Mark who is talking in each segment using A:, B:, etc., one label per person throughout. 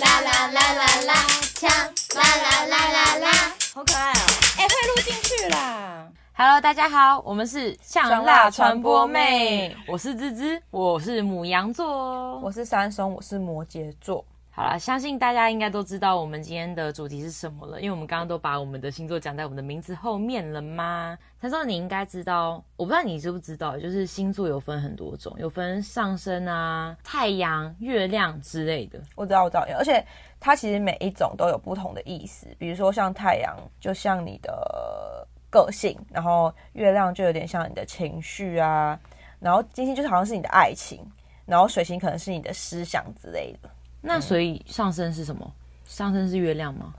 A: 啦啦啦啦，锵啦啦啦啦啦。
B: 好可爱哦、哎、会录进去啦。
C: Hello，大家好，我们是
B: 香辣传播妹，
C: 我是芝芝，我是母羊座哦。
B: 我是三松，我是摩羯座，
C: 好啦，相信大家应该都知道我们今天的主题是什么了，因为我们刚刚都把我们的星座讲在我们的名字后面了嘛。但是你应该知道，我不知道你知不知道，就是星座有分很多种，有分上升啊、太阳、月亮之类的。
B: 我知道，我知道，而且它其实每一种都有不同的意思。比如说像太阳，就像你的个性，然后月亮就有点像你的情绪啊，然后金星就是好像是你的爱情，然后水星可能是你的思想之类的。
C: 那所以上升是什么？上升是月亮吗？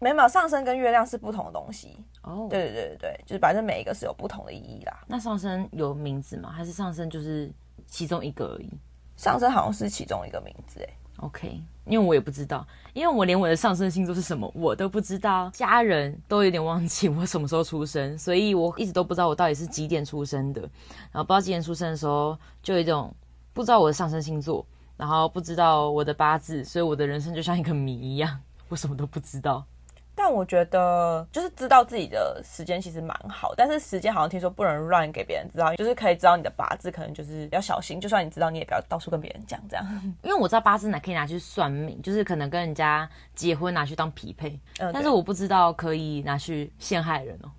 B: 没有，没有上升跟月亮是不同的东西。
C: 哦，
B: 对对对对对，就是反正每一个是有不同的意义啦。
C: 那上升有名字吗？还是上升就是其中一个而已？
B: 上升好像是其中一个名字、欸，
C: OK，因为我也不知道，因为我连我的上升星座是什么我都不知道，家人都有点忘记我什么时候出生，所以我一直都不知道我到底是几点出生的。然后不知道几点出生的时候，就有一种不知道我的上升星座，然后不知道我的八字，所以我的人生就像一个谜一样，我什么都不知道。
B: 但我觉得就是知道自己的时间其实蛮好，但是时间好像听说不能乱给别人知道，就是可以知道你的八字，可能就是要小心。就算你知道，你也不要到处跟别人讲这样。
C: 因为我知道八字呢可以拿去算命，就是可能跟人家结婚拿去当匹配，
B: 嗯，
C: 但是
B: 对
C: 我不知道可以拿去陷害人哦。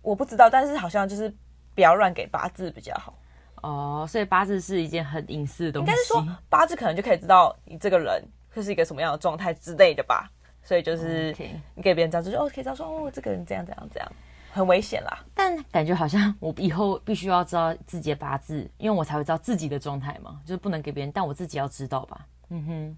B: 我不知道，但是好像就是不要乱给八字比较好。
C: 哦，所以八字是一件很隐私的东西。
B: 应该是说八字可能就可以知道你这个人会是一个什么样的状态之类的吧。所以就是
C: ，OK
B: 你给别人讲，就是哦，可以知道说哦，这个人这样这样这样，很危险啦。
C: 但感觉好像我以后必须要知道自己的八字，因为我才会知道自己的状态嘛，就是不能给别人，但我自己要知道吧。嗯哼，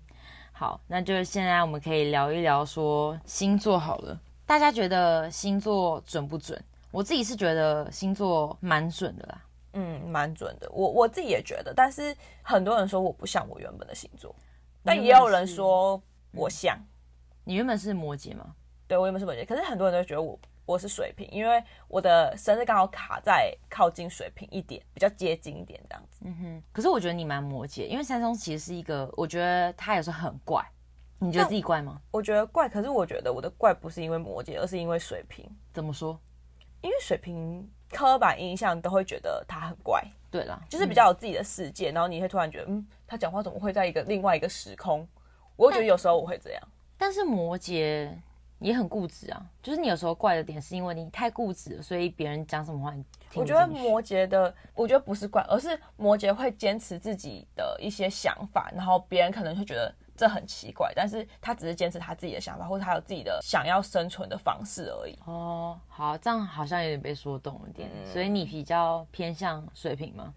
C: 好，那就是现在我们可以聊一聊说星座好了，大家觉得星座准不准？我自己是觉得星座蛮准的啦。
B: 嗯，蛮准的。我我自己也觉得，但是很多人说我不像我原本的星座，但也有人说我像。
C: 你原本是摩羯吗？
B: 对我原本是摩羯，可是很多人都觉得我我是水瓶，因为我的生日刚好卡在靠近水瓶一点，比较接近一点这样子。
C: 可是我觉得你蛮摩羯，因为山松其实是一个，我觉得他有时候很怪。你觉得自己怪吗？
B: 我觉得怪，可是我觉得我的怪不是因为摩羯，而是因为水瓶，
C: 怎么说？
B: 因为水瓶刻板印象都会觉得他很怪，
C: 对啦，
B: 就是比较有自己的世界，然后你会突然觉得，嗯，他讲话怎么会在一个另外一个时空？我会觉得有时候我会这样。
C: 但是摩羯也很固执啊，就是你有时候怪的点是因为你太固执了，所以别人讲什么话你
B: 我
C: 听不进去
B: 觉得摩羯的，我觉得不是怪，而是摩羯会坚持自己的一些想法，然后别人可能会觉得这很奇怪，但是他只是坚持他自己的想法，或者他有自己的想要生存的方式而已。
C: 哦，好，这样好像有点被说动了点，
B: 嗯
C: 所以你比较偏向水瓶吗？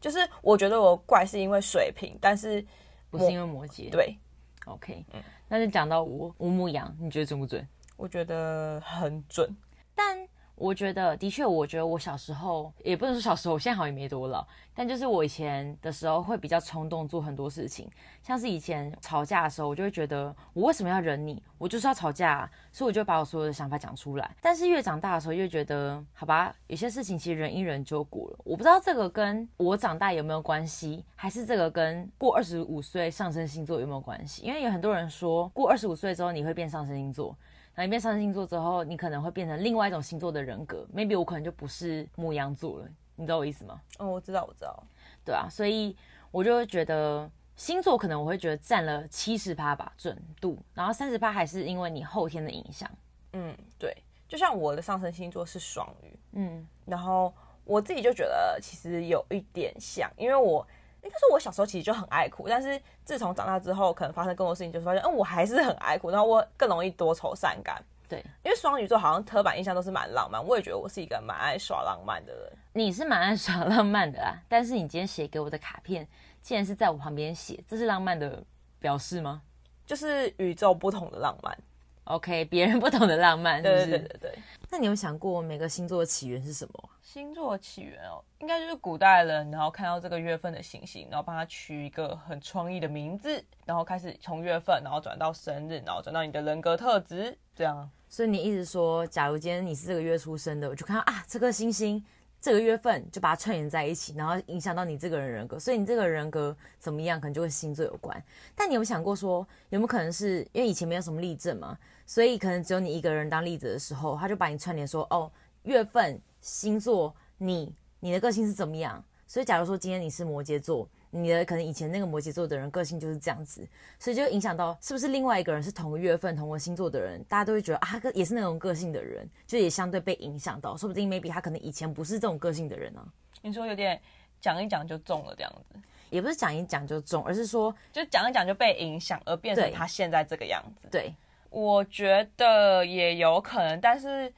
B: 就是我觉得我怪是因为水平，但是
C: 不是因为摩羯，
B: 对
C: ，OK，那就讲到我，我牧羊，你觉得准不准？
B: 我觉得很准。
C: 但我觉得，的确，我觉得我小时候也不能说小时候，我现在好像也没多老，但就是我以前的时候会比较冲动做很多事情，像是以前吵架的时候，我就会觉得我为什么要忍你，我就是要吵架、啊，所以我就把我所有的想法讲出来。但是越长大的时候，越觉得好吧，有些事情其实忍一忍就过了。我不知道这个跟我长大有没有关系，还是这个跟过二十五岁上升星座有没有关系？因为有很多人说过二十五岁之后你会变上升星座，然后你变上升星座之后，你可能会变成另外一种星座的人格，maybe 我可能就不是母羊座了，你知道我意思吗？
B: 嗯，我知道，我知道。
C: 对啊，所以我就会觉得星座可能我会觉得占了七十趴吧准度，然后三十趴还是因为你后天的影响。
B: 嗯，对，就像我的上升星座是双鱼，
C: 嗯，
B: 然后我自己就觉得其实有一点像，因为我应该说我小时候其实就很爱哭，但是自从长大之后，可能发生更多事情，就发现，嗯，我还是很爱哭，然后我更容易多愁善感。
C: 对，
B: 因为双鱼座好像刻板印象都是蛮浪漫，我也觉得我是一个蛮爱耍浪漫的人。
C: 你是蛮爱 耍浪漫的啦，但是你今天写给我的卡片竟然是在我旁边写，这是浪漫的表示吗
B: 就是宇宙不同的浪漫，
C: ？OK，别人不懂的浪漫，是不
B: 对
C: 是？
B: 对对对对。
C: 那你有想过每个星座的起源是什么啊？
B: 星座起源哦，应该就是古代人，然后看到这个月份的行星，然后帮他取一个很创意的名字，然后开始从月份，然后转到生日，然后转到你的人格特质，这样。
C: 所以你一直说，假如今天你是这个月出生的，我就看到啊，这颗星星这个月份就把它串联在一起，然后影响到你这个人人格，所以你这个人格怎么样，可能就跟星座有关。但你有没有想过说，有没有可能是因为以前没有什么例证嘛，所以可能只有你一个人当例子的时候，他就把你串联说，哦，月份、星座、你、你的个性是怎么样？所以假如说今天你是摩羯座，你的可能以前那个摩羯座的人个性就是这样子，所以就影响到是不是另外一个人是同个月份、同个星座的人，大家都会觉得啊，他个也是那种个性的人，就也相对被影响到，说不定 maybe 他可能以前不是这种个性的人啊，
B: 你说有点讲一讲就中了这样子，
C: 也不是讲一讲就中，而是说
B: 就讲一讲就被影响而变成
C: 对
B: 他现在这个样子。
C: 对
B: 我觉得也有可能，但是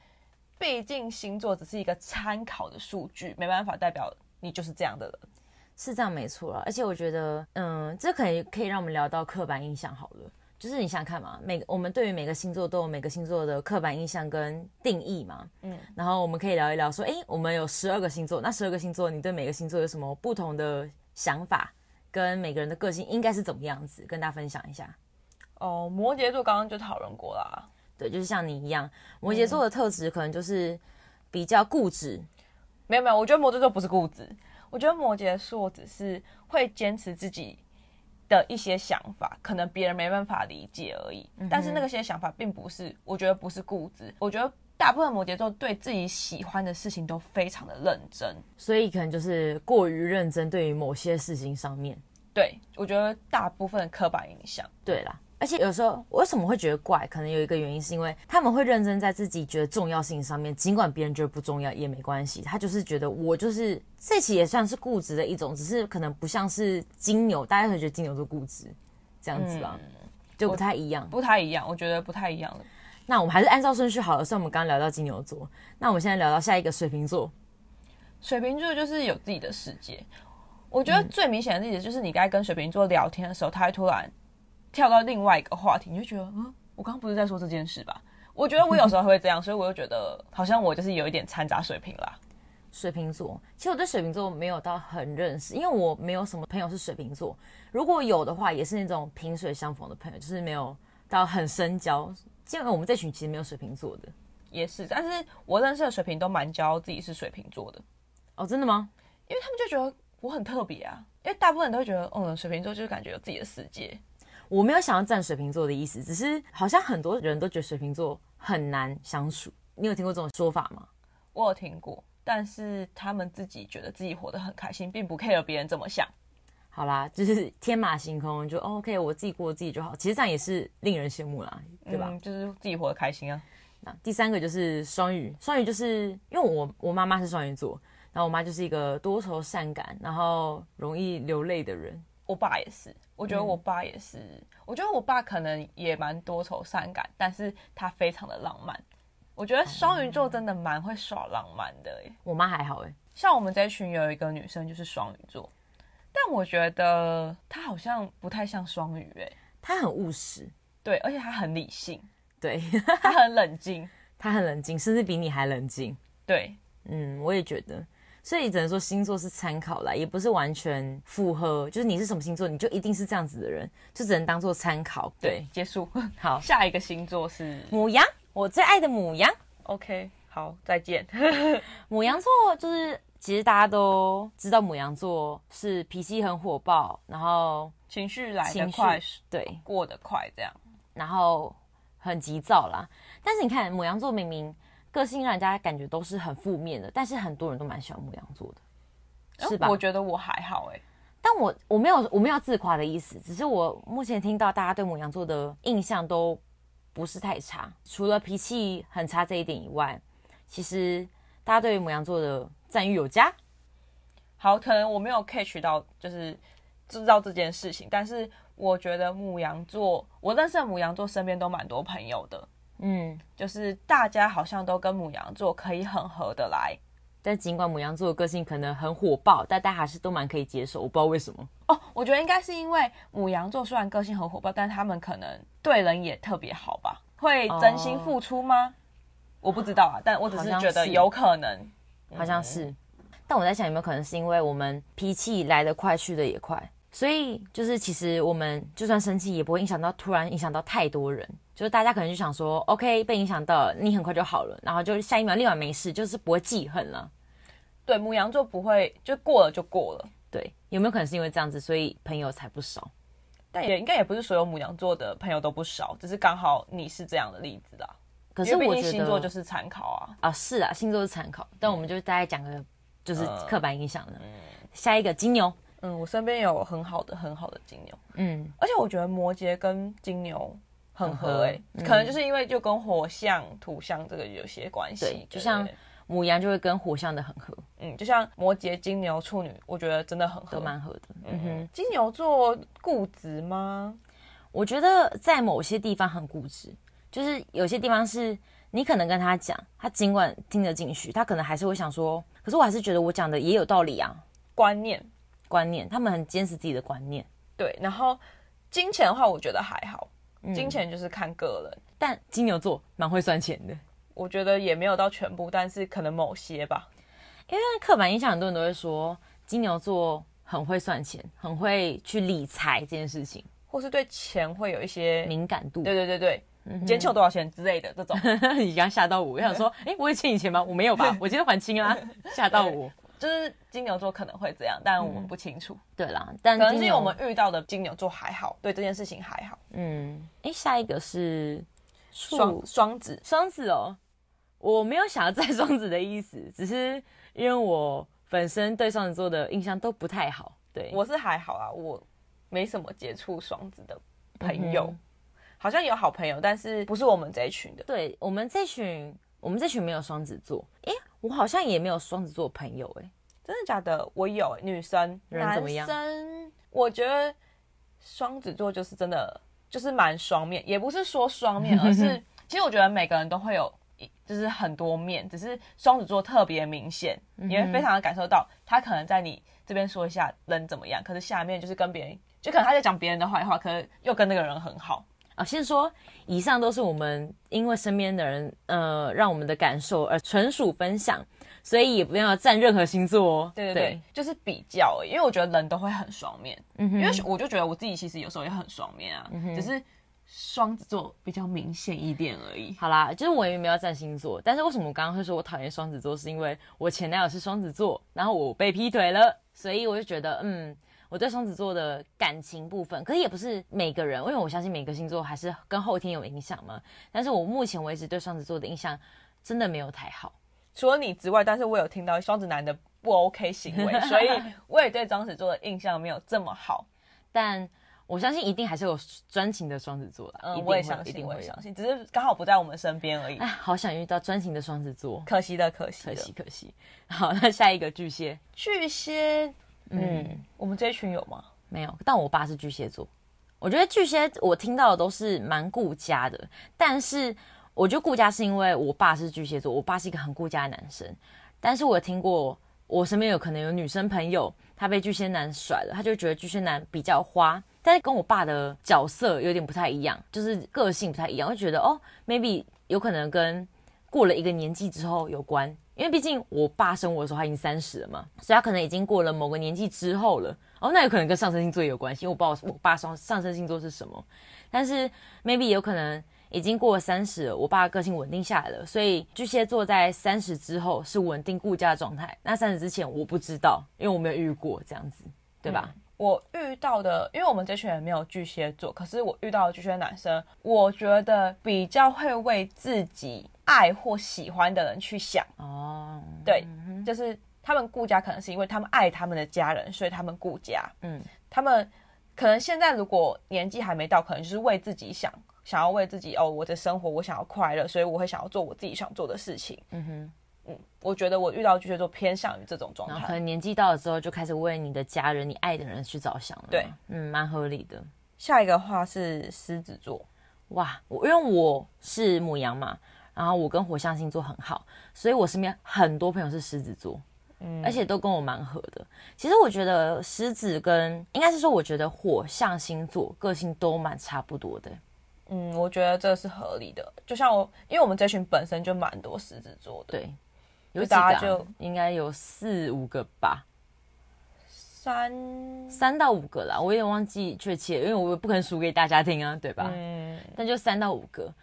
B: 毕竟星座只是一个参考的数据，没办法代表你就是这样的人。
C: 是这样没错啦。而且我觉得，嗯，这可能可以让我们聊到刻板印象好了。就是你想想看嘛，每个我们对于每个星座都有每个星座的刻板印象跟定义嘛，
B: 嗯，
C: 然后我们可以聊一聊说，诶，我们有十二个星座，那十二个星座你对每个星座有什么不同的想法，跟每个人的个性应该是怎么样子，跟大家分享一下。
B: 哦，摩羯座刚刚就讨论过啦，
C: 对，就是像你一样，摩羯座的特质可能就是比较固执，
B: 没有没有，我觉得摩羯座不是固执，我觉得摩羯座只是会坚持自己的一些想法，可能别人没办法理解而已。但是那个些想法并不是，我觉得不是固执，我觉得大部分摩羯座对自己喜欢的事情都非常的认真。
C: 所以可能就是过于认真对于某些事情上面。
B: 对我觉得大部分的刻板印象。
C: 对啦，而且有时候为什么会觉得怪，可能有一个原因是因为他们会认真在自己觉得重要事情上面，尽管别人觉得不重要也没关系，他就是觉得我就是这其实也算是固执的一种，只是可能不像是金牛，大家会觉得金牛座固执这样子吧，就不太一样。
B: 不太一样，我觉得不太一样了。
C: 那我们还是按照顺序好了，所以我们刚刚聊到金牛座，那我们现在聊到下一个水瓶座，
B: 水瓶座就是有自己的世界，我
C: 嗯
B: 觉得最明显的例子就是你该跟水瓶座聊天的时候，他会突然跳到另外一个话题，你就觉得，嗯，我刚刚不是在说这件事吧？我觉得我有时候会这样，所以我就觉得好像我就是有一点掺杂水瓶啦。
C: 水瓶座，其实我对水瓶座没有到很认识，因为我没有什么朋友是水瓶座。如果有的话，也是那种萍水相逢的朋友，就是没有到很深交。因为我们这群其实没有水瓶座的。
B: 也是，但是我认识的水瓶都蛮骄傲自己是水瓶座的，
C: 哦，真的吗？
B: 因为他们就觉得哦我很特别啊。因为大部分人都会觉得，嗯，水瓶座就是感觉有自己的世界，
C: 我没有想要站水瓶座的意思，只是好像很多人都觉得水瓶座很难相处。你有听过这种说法吗？
B: 我有听过，但是他们自己觉得自己活得很开心，并不 care 别人怎么想。
C: 好啦，就是天马行空，就哦 OK，我自己过我自己就好。其实这样也是令人羡慕啦，对吧？
B: 嗯就是自己活得开心啊。
C: 那第三个就是双鱼，双鱼就是因为我我妈妈是双鱼座，然后我妈就是一个多愁善感，然后容易流泪的人。
B: 我爸也是，我
C: 嗯
B: 觉得我爸也是，我觉得我爸可能也蛮多愁善感，但是他非常的浪漫。我
C: 哦
B: 觉得双鱼座真的蛮会耍浪漫的耶，
C: 我妈还好哎、
B: 像我们这一群有一个女生就是双鱼座，但我觉得她好像不太像双鱼哎，
C: 她很务实，
B: 对，而且她很理性，
C: 对
B: 她很冷静，
C: 她很冷静，甚至比你还冷静。
B: 对，
C: 嗯，我也觉得，所以只能说星座是参考啦，也不是完全符合，就是你是什么星座，你就一定是这样子的人，就只能当做参考。对，
B: 结束。
C: 好，
B: 下一个星座 是
C: 母羊，我最爱的母羊。
B: OK，好，再见。
C: 母羊座就是，其实大家都知道，母羊座是脾气很火爆，然后
B: 情绪来
C: 情
B: 得
C: 绪
B: 快，
C: 对，
B: 过得快，这样。
C: 然后很急躁啦。但是你看，母羊座明明个性让人家感觉都是很负面的，但是很多人都蛮喜欢母羊座的，是吧？
B: 哦我觉得我还好哎、
C: 但我我没有我没有自夸的意思，只是我目前听到大家对母羊座的印象都不是太差，除了脾气很差这一点以外，其实大家对于母羊座的赞誉有加。
B: 好，可能我没有 catch 到，就是知道这件事情，但是我觉得母羊座，我认识的母羊座身边都蛮多朋友的，
C: 嗯，
B: 就是大家好像都跟母羊座可以很合得来。
C: 但尽管母羊座的个性可能很火爆，但大家还是都蛮可以接受。我不知道为什么，
B: 哦，我觉得应该是因为母羊座虽然个性很火爆，但他们可能对人也特别好吧？会真心付出吗？我不知道啊，但我只
C: 哦好
B: 是
C: 像
B: 觉得
C: 是
B: 有可能。
C: 好像是。
B: 嗯
C: 但我在想，有没有可能是因为我们脾气来得快，去得也快，所以就是其实我们就算生气，也不会影响到突然影响到太多人。就是大家可能就想说，OK，被影响到了，你很快就好了，然后就下一秒立马没事，就是不会记恨了。
B: 对，母羊座不会就过了就过了，
C: 对，有没有可能是因为这样子，所以朋友才不少？
B: 但也应该也不是所有母羊座的朋友都不少，只是刚好你是这样的例子啦。
C: 可
B: 可
C: 是我觉得
B: 星座就是参考啊，
C: 啊，是啊，星座是参考，但我们就大概讲个就是刻板印象的。下一个金牛，
B: 嗯，我身边有很好的很好的金牛，
C: 嗯，
B: 而且我觉得摩羯跟金牛很
C: 很合
B: 合诶、欸可能就是因为就跟火象、土象这个有些关系，
C: 对
B: 对
C: 就像
B: 对对
C: 母羊就会跟火象的很合，
B: 嗯，就像摩羯、金牛、处女，我觉得真的很合
C: 都。蛮合的。嗯哼，
B: 金牛座固执吗？
C: 我觉得在某些地方很固执，就是有些地方是你可能跟他讲，他尽管听得进去，他可能还是会想说，可是我还是觉得我讲的也有道理啊。
B: 观念
C: 观念，他们很坚持自己的观念，
B: 对，然后金钱的话，我觉得还好，金钱就是看个人，
C: 但金牛座蛮会算钱的。
B: 我觉得也没有到全部，但是可能某些吧。
C: 因为刻板印象，很多人都会说金牛座很会算钱，很会去理财这件事情，
B: 或是对钱会有一些，
C: 敏感度。
B: 对对对对，
C: 嗯
B: 今天欠我多少钱之类的这种，
C: 你刚吓到我，我想 说，哎、我也欠你钱吗？我没有吧，我今天还清啦，吓到我。
B: 就是金牛座可能会这样，但我们不清楚，
C: 对啦，但
B: 可能是
C: 嗯金
B: 因为
C: 牛
B: 我们，遇到的金牛座还好，对这件事情还好。
C: 嗯，哎、下一个是处
B: 双双子，
C: 双子哦，我没有想要再双子的意思，只是因为我本身对双子座的印象都不太好。对，
B: 我是还好啦，啊我没什么接触双子的朋友，
C: 嗯
B: 好像有好朋友，但是不是我们这一群的。
C: 对我们这群，我们这群没有双子座，诶，我好像也没有双子座朋友、诶，
B: 真的假的？我有、女生，
C: 人怎么样
B: 男生，我觉得双子座就是真的就是蛮双面，也不是说双 面，而是其实我觉得每个人都会有一就是很多面，只是双子座特别明显，
C: 嗯
B: 你会非常的感受到他可能在你这边说一下人怎么样，可是下面就是跟别人，就可能他在讲别人的坏话，可是又跟那个人很好。
C: 啊，先说，以上都是我们因为身边的人，呃，让我们的感受而纯属分享，所以也不要占任何星座哦。
B: 对对对，嗯就是比较而已、因为我觉得人都会很双面，因为我就觉得我自己其实有时候也很双面啊，只是双子座比较明显一点而已。
C: 好啦，就是我也没有占星座，但是为什么我刚刚会说我讨厌双子座，是因为我前男友是双子座，然后我被劈腿了，所以我就觉得，嗯，我对双子座的感情部分，可是也不是每个人，因为我相信每个星座还是跟后天有影响嘛。但是我目前为止对双子座的印象真的没有太好，
B: 除了你之外，但是我有听到双子男的不 OK 行 为，所以我也对双子座的印象没有这么好。
C: 但我相信一定还是有专情的双子座
B: 嗯，
C: 啦，一定
B: 我也
C: 会
B: 相
C: 有一
B: 信，
C: 定
B: 我
C: 会
B: 也
C: 有
B: 相。信，只是刚好不在我们身边而已
C: 哎，。 好想遇到专情的双子座，
B: 可惜的，可惜的。
C: 可惜可惜。好，那下一个巨蟹
B: 巨蟹，嗯，我们这一群有吗？
C: 没有，但我爸是巨蟹座。我觉得巨蟹我听到的都是蛮顾家的，但是我觉得顾家是因为我爸是巨蟹座，我爸是一个很顾家的男生。但是我有听过，我身边有可能有女生朋友，她被巨蟹男甩了，她就觉得巨蟹男比较花，但是跟我爸的角色有点不太一样，就是个性不太一样，我就觉得哦，maybe 有可能跟过了一个年纪之后有关，因为毕竟我爸生我的时候他已经三十了嘛，所以他可能已经过了某个年纪之后了。哦，那有可能跟上升星座也有关系，因为我不知道我爸上上升星座是什么，但是 maybe 有可能已经过了三十了，我爸个性稳定下来了，所以巨蟹座在三十之后是稳定顾家的状态。那三十之前我不知道，因为我没有遇过这样子，对吧？
B: 我遇到的，因为我们这群人没有巨蟹座，可是我遇到的巨蟹男生，我觉得比较会为自己爱或喜欢的人去想，
C: 哦，
B: 嗯对，就是他们顾家，可能是因为他们爱他们的家人，所以他们顾家。
C: 嗯
B: 嗯，他们可能现在如果年纪还没到，可能就是为自己想，想要为自己哦，我的生活我想要快乐，所以我会想要做我自己想做的事情。嗯
C: 哼
B: 哼，嗯，我觉得我遇到巨蟹座偏向于这种状
C: 然后可
B: 态。
C: 能年纪到了之后，就开始为你的家人、你爱的人去着想了。
B: 对，
C: 嗯，蛮合理的。
B: 下一个话是狮子座，
C: 哇，我因为我是母羊嘛，然后我跟火象星座很好，所以我身边很多朋友是狮子座，
B: 嗯
C: 而且都跟我蛮合的。其实我觉得狮子跟应该是说，我觉得火象星座个性都蛮差不多的。
B: 嗯，我觉得这是合理的。就像我，因为我们这群本身就蛮多狮子座的，
C: 对，有几个、
B: 大
C: 啊、
B: 家就
C: 应该有四五个吧，
B: 三，
C: 三到五个啦，我有点忘记确切，因为我不肯数给大家听啊，对吧？
B: 嗯，
C: 那就三到五个。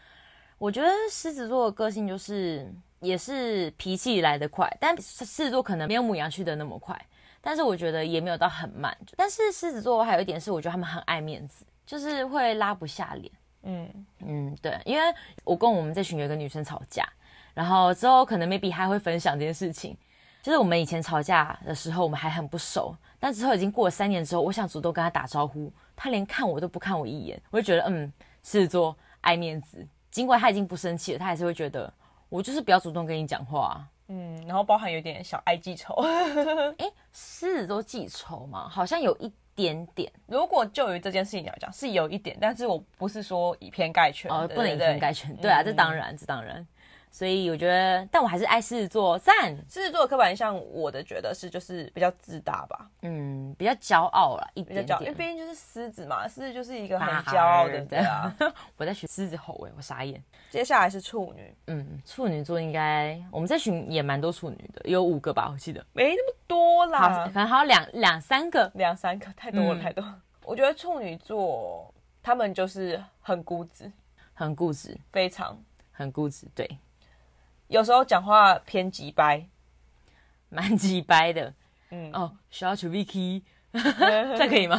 C: 我觉得狮子座的个性就是也是脾气来得快，但狮子座可能没有母羊去的那么快，但是我觉得也没有到很慢。但是狮子座还有一点是，我觉得他们很爱面子，就是会拉不下脸。
B: 嗯，
C: 嗯，对，因为我跟我们这群有一个女生吵架，然后之后可能 maybe 还会分享这件事情。就是我们以前吵架的时候，我们还很不熟，但之后已经过了三年之后，我想主动跟她打招呼，她连看我都不看我一眼，我就觉得嗯，狮子座爱面子。尽管她已经不生气了，她还是会觉得我就是不要主动跟你讲话、啊。
B: 嗯，然后包含有点小爱记仇。
C: 狮子座记仇嘛，好像有一点点
B: 如果就于这件事情来讲，是有一点，但是我不是说以偏概全，
C: 哦，
B: 对
C: 不能以
B: 对
C: 偏
B: 对嗯
C: 概全。对啊，这当然，这当然。所以我觉得，但我还是爱狮子座，赞。
B: 狮子座的刻板印象，我的觉得是就是比较自大吧，
C: 嗯，比较骄傲啦，一
B: 比较
C: 点
B: 骄傲，因为
C: 点。
B: 毕竟就是狮子嘛，狮子就是一个很
C: 大
B: 骄傲的
C: 人
B: 人对啊。
C: 我在学狮子吼哎、我傻眼。
B: 接下来是处女，
C: 嗯，处女座应该我们这群也蛮多处女的，有五个吧，我记得。
B: 没那么多
C: 好，
B: 啦
C: 可，能还有两两三个。
B: 两三个太多了，
C: 嗯
B: 太多了。我觉得处女座他们就是很固执，
C: 很固执，
B: 非常
C: 很固执，对，
B: 有时候讲话偏急掰，
C: 蛮鸡掰的。
B: 嗯，
C: 哦，需要去 Vicky，这样可以吗？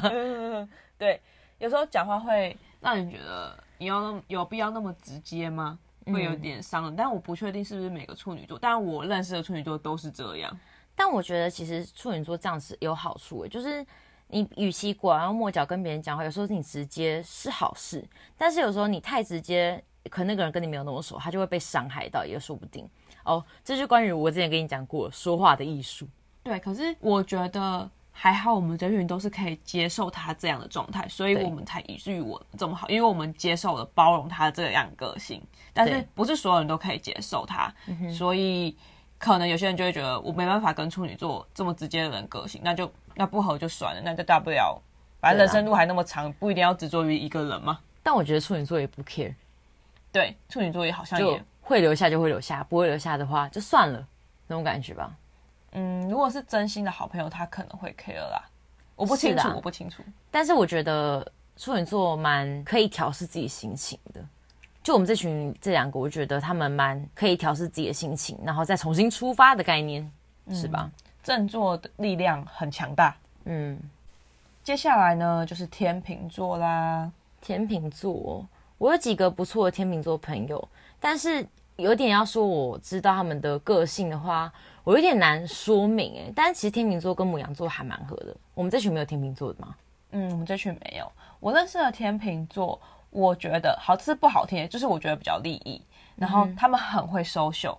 B: 对，有时候讲话会让人觉得你要那么有必要那么直接吗？会有点伤人，但我不确定是不是每个处女座，但我认识的处女座都是这样。
C: 但我觉得其实处女座这样子有好处诶，欸就是你与其拐弯抹角跟别人讲话，有时候你直接是好事，但是有时候你太直接，可能那个人跟你没有那么熟，他就会被伤害到，也说不定。哦，这就关于我之前跟你讲过说话的艺术。
B: 对，可是我觉得还好，我们这群都是可以接受他这样的状态，所以
C: 对
B: 我们才以至于我这么好，因为我们接受了包容他这样个性，但
C: 对嗯
B: 是不是所有人都可以接受他，所以可能有些人就会觉得我没办法跟处女座这么直接的人个性，那就那不合就算了，那就大不了。反正
C: 对啊
B: 人生路还那么长，不一定要执着于一个人嘛。
C: 但我觉得处女座也不 care，
B: 对，处女座也好像
C: 就
B: 也，
C: 会留下就会留下，不会留下的话就算了，那种感觉吧。
B: 嗯，如果是真心的好朋友，他可能会 care 啦。我不
C: 是
B: 清楚
C: 啦，
B: 我不清楚。
C: 但是我觉得处女座蛮可以调试自己心情的。就我们这群这两个，我觉得他们蛮可以调试自己的心情，然后再重新出发的概念，是吧？
B: 振作的力量很强大。
C: 嗯，
B: 接下来呢，就是天秤座啦。
C: 天秤座，我有几个不错的天秤座朋友，但是有点要说我知道他们的个性的话，我有点难说明诶、但是其实天秤座跟母羊座还蛮合的。我们这群没有天秤座的吗？
B: 嗯，我们这群没有。我认识的天秤座，我觉得好，这是不好听，就是我觉得比较利益。然后他们很会 social，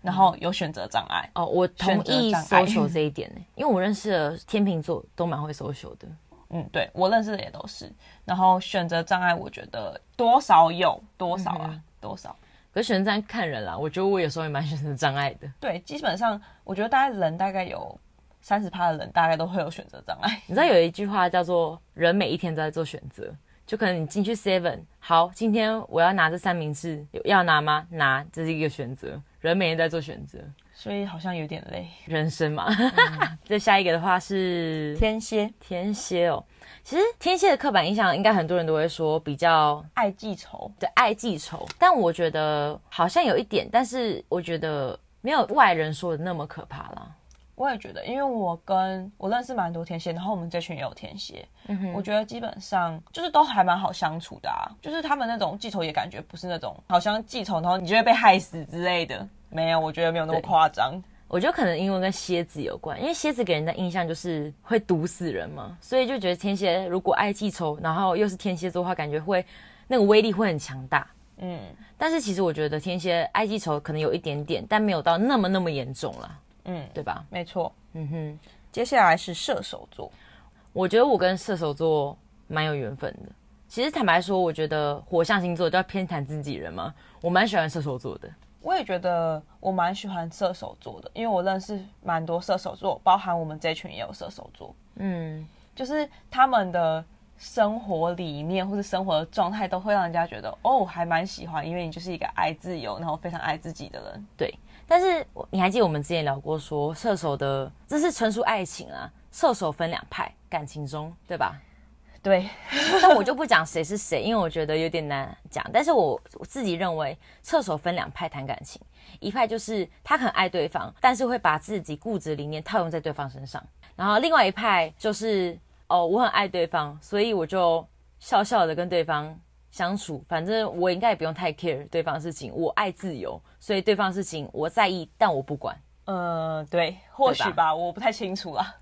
B: 然后有选择障碍。
C: 哦，我同意
B: 选择障碍
C: social 这一点呢、 因为我认识的天秤座都蛮会 social 的。
B: 嗯，对我认识的也都是。然后选择障碍，我觉得多少有多少啊，多少。
C: 可是选择障碍看人啦，我觉得我有时候也蛮选择障碍的。
B: 对，基本上我觉得大概人大概有三十趴的人，大概都会有选择障碍。
C: 你知道有一句话叫做“人每一天都在做选择”，就可能你进去 Seven，好，今天我要拿这三明治，有要拿吗？拿，这是一个选择。人每天都在做选择，
B: 所以好像有点累。
C: 人生嘛。 再下一个的话是
B: 嗯天蝎
C: 天蝎哦，其实天蝎的刻板印象应该很多人都会说比较
B: 爱记仇，
C: 对爱记仇，但我觉得好像有一点，但是我觉得没有外人说的那么可怕啦。
B: 我也觉得，因为我跟我认识蛮多天蝎，然后我们这群也有天蝎，
C: 嗯哼
B: 我觉得基本上就是都还蛮好相处的啊。就是他们那种记仇也感觉不是那种好像记仇然后你就会被害死之类的，没有，我觉得没有那么
C: 对
B: 夸张。
C: 我觉得可能因为跟蝎子有关，因为蝎子给人的印象就是会毒死人嘛，所以就觉得天蝎如果爱记仇，然后又是天蝎座的话，感觉会那个威力会很强大。
B: 嗯
C: 但是其实我觉得天蝎爱记仇可能有一点点，但没有到那么那么严重啦，
B: 嗯，
C: 对吧？
B: 没错。
C: 嗯哼，
B: 接下来是射手座，
C: 我觉得我跟射手座蛮有缘分的。其实坦白说，我觉得火象星座都要偏袒自己人嘛，我蛮喜欢射手座的。
B: 我也觉得我蛮喜欢射手座的，因为我认识蛮多射手座，包含我们这群也有射手座，
C: 嗯，
B: 就是他们的。生活理念或是生活的状态都会让人家觉得哦，还蛮喜欢，因为你就是一个爱自由，然后非常爱自己的人。
C: 对，但是我你还记得我们之前聊过说射手的，这是纯属爱情啊。射手分两派，感情中对吧？
B: 对，
C: 但我就不讲谁是谁，因为我觉得有点难讲。但是我我自己认为，射手分两派谈感情，一派就是他很爱对方，但是会把自己固执理念套用在对方身上；然后另外一派就是哦，我很爱对方，所以我就笑笑的跟对方相处，反正我应该也不用太 care 对方的事情，我爱自由，所以对方的事情我在意，但我不管。
B: 呃，对，或许
C: 对吧
B: 吧，我不太清楚啦。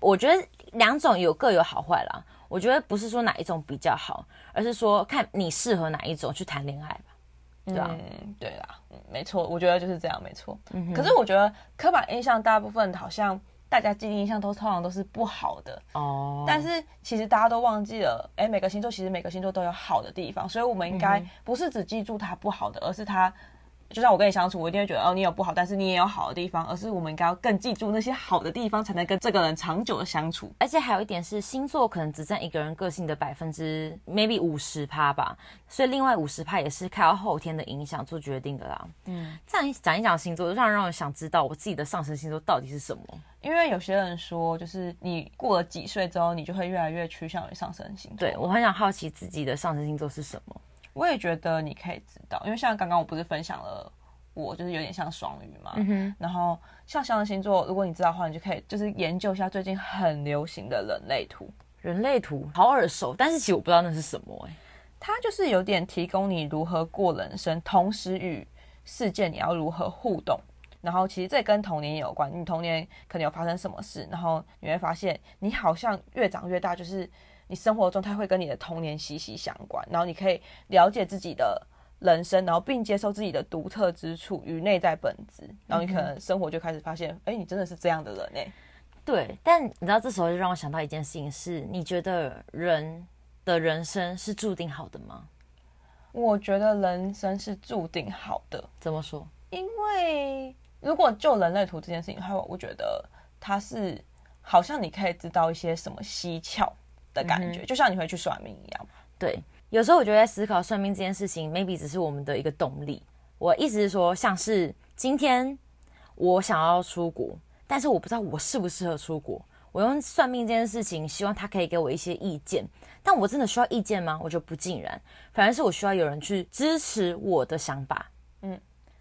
C: 我觉得两种有各有好坏啦。我觉得不是说哪一种比较好，而是说看你适合哪一种去谈恋爱吧，对吧、
B: 嗯，对啦，嗯没错，我觉得就是这样，没错。可是我觉得刻板印象大部分好像大家既定印象都通常都是不好的，
C: 哦，
B: 但是其实大家都忘记了，哎，每个星座其实每个星座都有好的地方，所以我们应该不是只记住它不好的，而是它。就像我跟你相处，我一定会觉得哦，你有不好，但是你也有好的地方，而是我们应该要更记住那些好的地方，才能跟这个人长久的相处。
C: 而且还有一点是，星座可能只占一个人个性的百分之 maybe 五十趴吧，所以另外五十趴也是靠后天的影响做决定的啦。嗯，这样讲一讲星座，让让我想知道我自己的上升星座到底是什么。
B: 因为有些人说，就是你过了几岁之后，你就会越来越趋向于上升星座。
C: 对我很想好奇自己的上升星座是什么。
B: 我也觉得你可以知道，因为像刚刚我不是分享了我就是有点像双鱼嘛，
C: 哼
B: 然后像上升星座，如果你知道的话，你就可以就是研究一下最近很流行的人类图，
C: 人类图好耳熟，但是其实我不知道那是什么哎、
B: 它就是有点提供你如何过人生，同时与世界你要如何互动。然后其实这跟童年也有关，你童年可能有发生什么事，然后你会发现你好像越长越大，就是你生活状态会跟你的童年息息相关。然后你可以了解自己的人生，然后并接受自己的独特之处与内在本质。然后你可能生活就开始发现，哎、你真的是这样的人哎、
C: 对，但你知道，这时候就让我想到一件事情是：你觉得人的人生是注定好的吗？
B: 我觉得人生是注定好的，
C: 怎么说？
B: 因为如果就人类图这件事情的话，我觉得它是好像你可以知道一些什么蹊跷的感
C: 嗯
B: 觉，就像你会去算命一样。
C: 对，有时候我就在思考算命这件事情，maybe 只是我们的一个动力。我意思是说，像是今天我想要出国，但是我不知道我适不适合出国。我用算命这件事情，希望他可以给我一些意见，但我真的需要意见吗？我觉得不尽然，反而是我需要有人去支持我的想法。嗯
B: 嗯，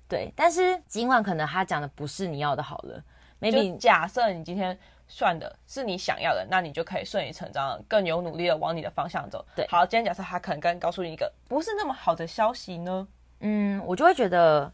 C: 对。但是尽管可能他讲的不是你要的，好了
B: 就
C: ，maybe
B: 假设你今天算的是你想要的，那你就可以顺理成章地更有努力的往你的方向走。
C: 对
B: 好，今天假设他可能刚告诉你一个不是那么好的消息呢，
C: 嗯，我就会觉得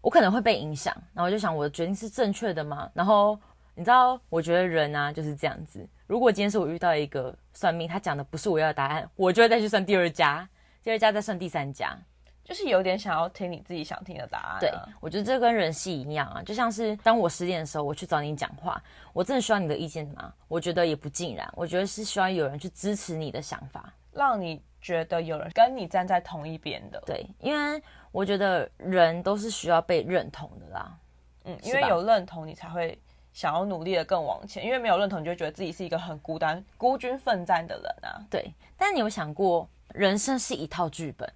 C: 我可能会被影响，然后我就想我的决定是正确的吗？然后你知道，我觉得人啊就是这样子。如果今天是我遇到一个算命，他讲的不是我要的答案，我就会再去算第二家，第二家再算第三家。
B: 就是有点想要听你自己想听的答案、啊。
C: 对，我觉得这跟人性一样啊，就像是当我失恋的时候，我去找你讲话，我真的需要你的意见吗？我觉得也不尽然，我觉得是需要有人去支持你的想法。
B: 让你觉得有人跟你站在同一边的。
C: 对，因为我觉得人都是需要被认同的啦。
B: 嗯，
C: 是
B: 因为
C: 吧
B: 有认同，你才会想要努力的更往前。因为没有认同，你就会觉得自己是一个很孤单、孤军奋战的人啊。
C: 对，但你有想过，人生是一套剧本。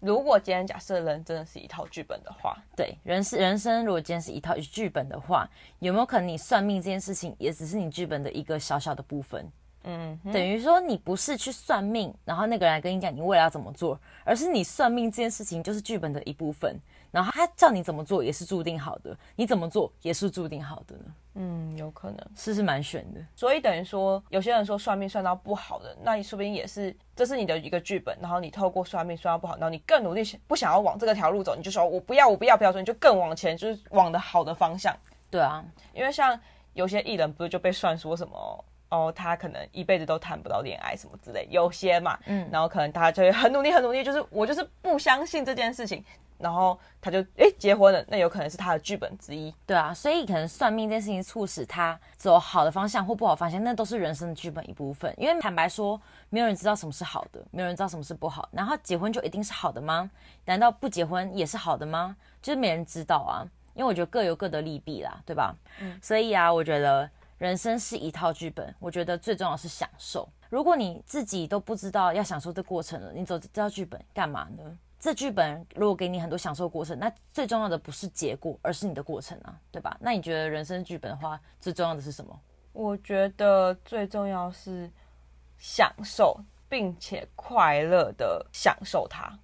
B: 如果今天假设人真的是一套剧本的话，
C: 对，人是人生，如果今天是一套剧本的话，有没有可能你算命这件事情也只是你剧本的一个小小的部分？
B: 嗯哼，
C: 等于说你不是去算命，然后那个人来跟你讲你未来要怎么做，而是你算命这件事情就是剧本的一部分，然后他叫你怎么做也是注定好的，你怎么做也是注定好的呢？
B: 嗯，有可能。
C: 是不是蛮悬的？
B: 所以等于说，有些人说算命算到不好的，那你说不定也是这是你的一个剧本，然后你透过算命算到不好，然后你更努力想不想要往这个条路走，你就说我不要，我不要，不要说，你就更往前，就是往的好的方向。
C: 对啊，
B: 因为像有些艺人不是就被算说什么哦，他可能一辈子都谈不到恋爱什么之类，有些嘛，嗯，然后可能他就会很努力很努力，就是我就是不相信这件事情，然后他就诶结婚了，那有可能是他的剧本之一，
C: 对啊，所以可能算命这件事情促使他走好的方向或不好的方向，那都是人生的剧本一部分。因为坦白说，没有人知道什么是好的，没有人知道什么是不好。然后结婚就一定是好的吗？难道不结婚也是好的吗？就是没人知道啊。因为我觉得各有各的利弊啦，对吧？所以啊，我觉得人生是一套剧本，我觉得最重要是享受。如果你自己都不知道要享受这过程了，你走这套剧本干嘛呢？这剧本如果给你很多享受过程，那最重要的不是结果，而是你的过程啊，对吧？那你觉得人生剧本的话，最重要的是什么？
B: 我觉得最重要是享受并且快乐的享受它。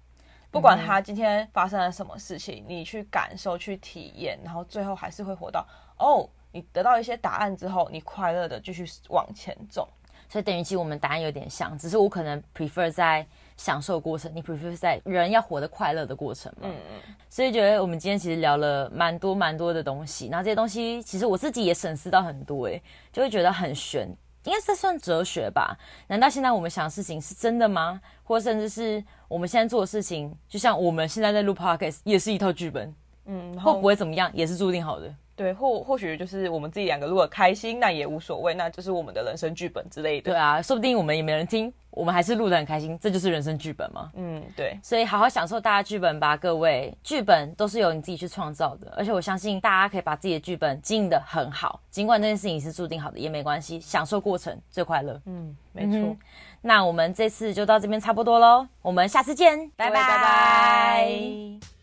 B: 不管
C: 嗯
B: 它今天发生了什么事情，你去感受、去体验，然后最后还是会活到哦，你得到一些答案之后，你快乐的继续往前走。
C: 所以等于其实我们答案有点像，只是我可能 prefer 在享受过程，你 prefer 在人要活得快乐的过程嘛。嗯嗯。所以觉得我们今天其实聊了蛮多蛮多的东西，然后这些东西其实我自己也审视到很多、欸，诶，就会觉得很玄，应该这算哲学吧？难道现在我们想的事情是真的吗？或甚至是我们现在做的事情，就像我们现在在录 podcast 也是一套剧本，
B: 嗯，然
C: 会
B: 后
C: 不会怎么样也是注定好的。
B: 对，或或许就是我们自己两个如果开心，那也无所谓，那就是我们的人生剧本之类的。
C: 对啊，说不定我们也没人听，我们还是录得很开心，这就是人生剧本嘛。
B: 嗯，对，
C: 所以好好享受大家剧本吧，各位，剧本都是由你自己去创造的，而且我相信大家可以把自己的剧本经营得很好，尽管这件事情是注定好的也没关系，享受过程最快乐。
B: 嗯，没错。
C: 嗯那我们这次就到这边差不多喽，我们下次见，拜
B: 各位拜
C: 拜
B: 拜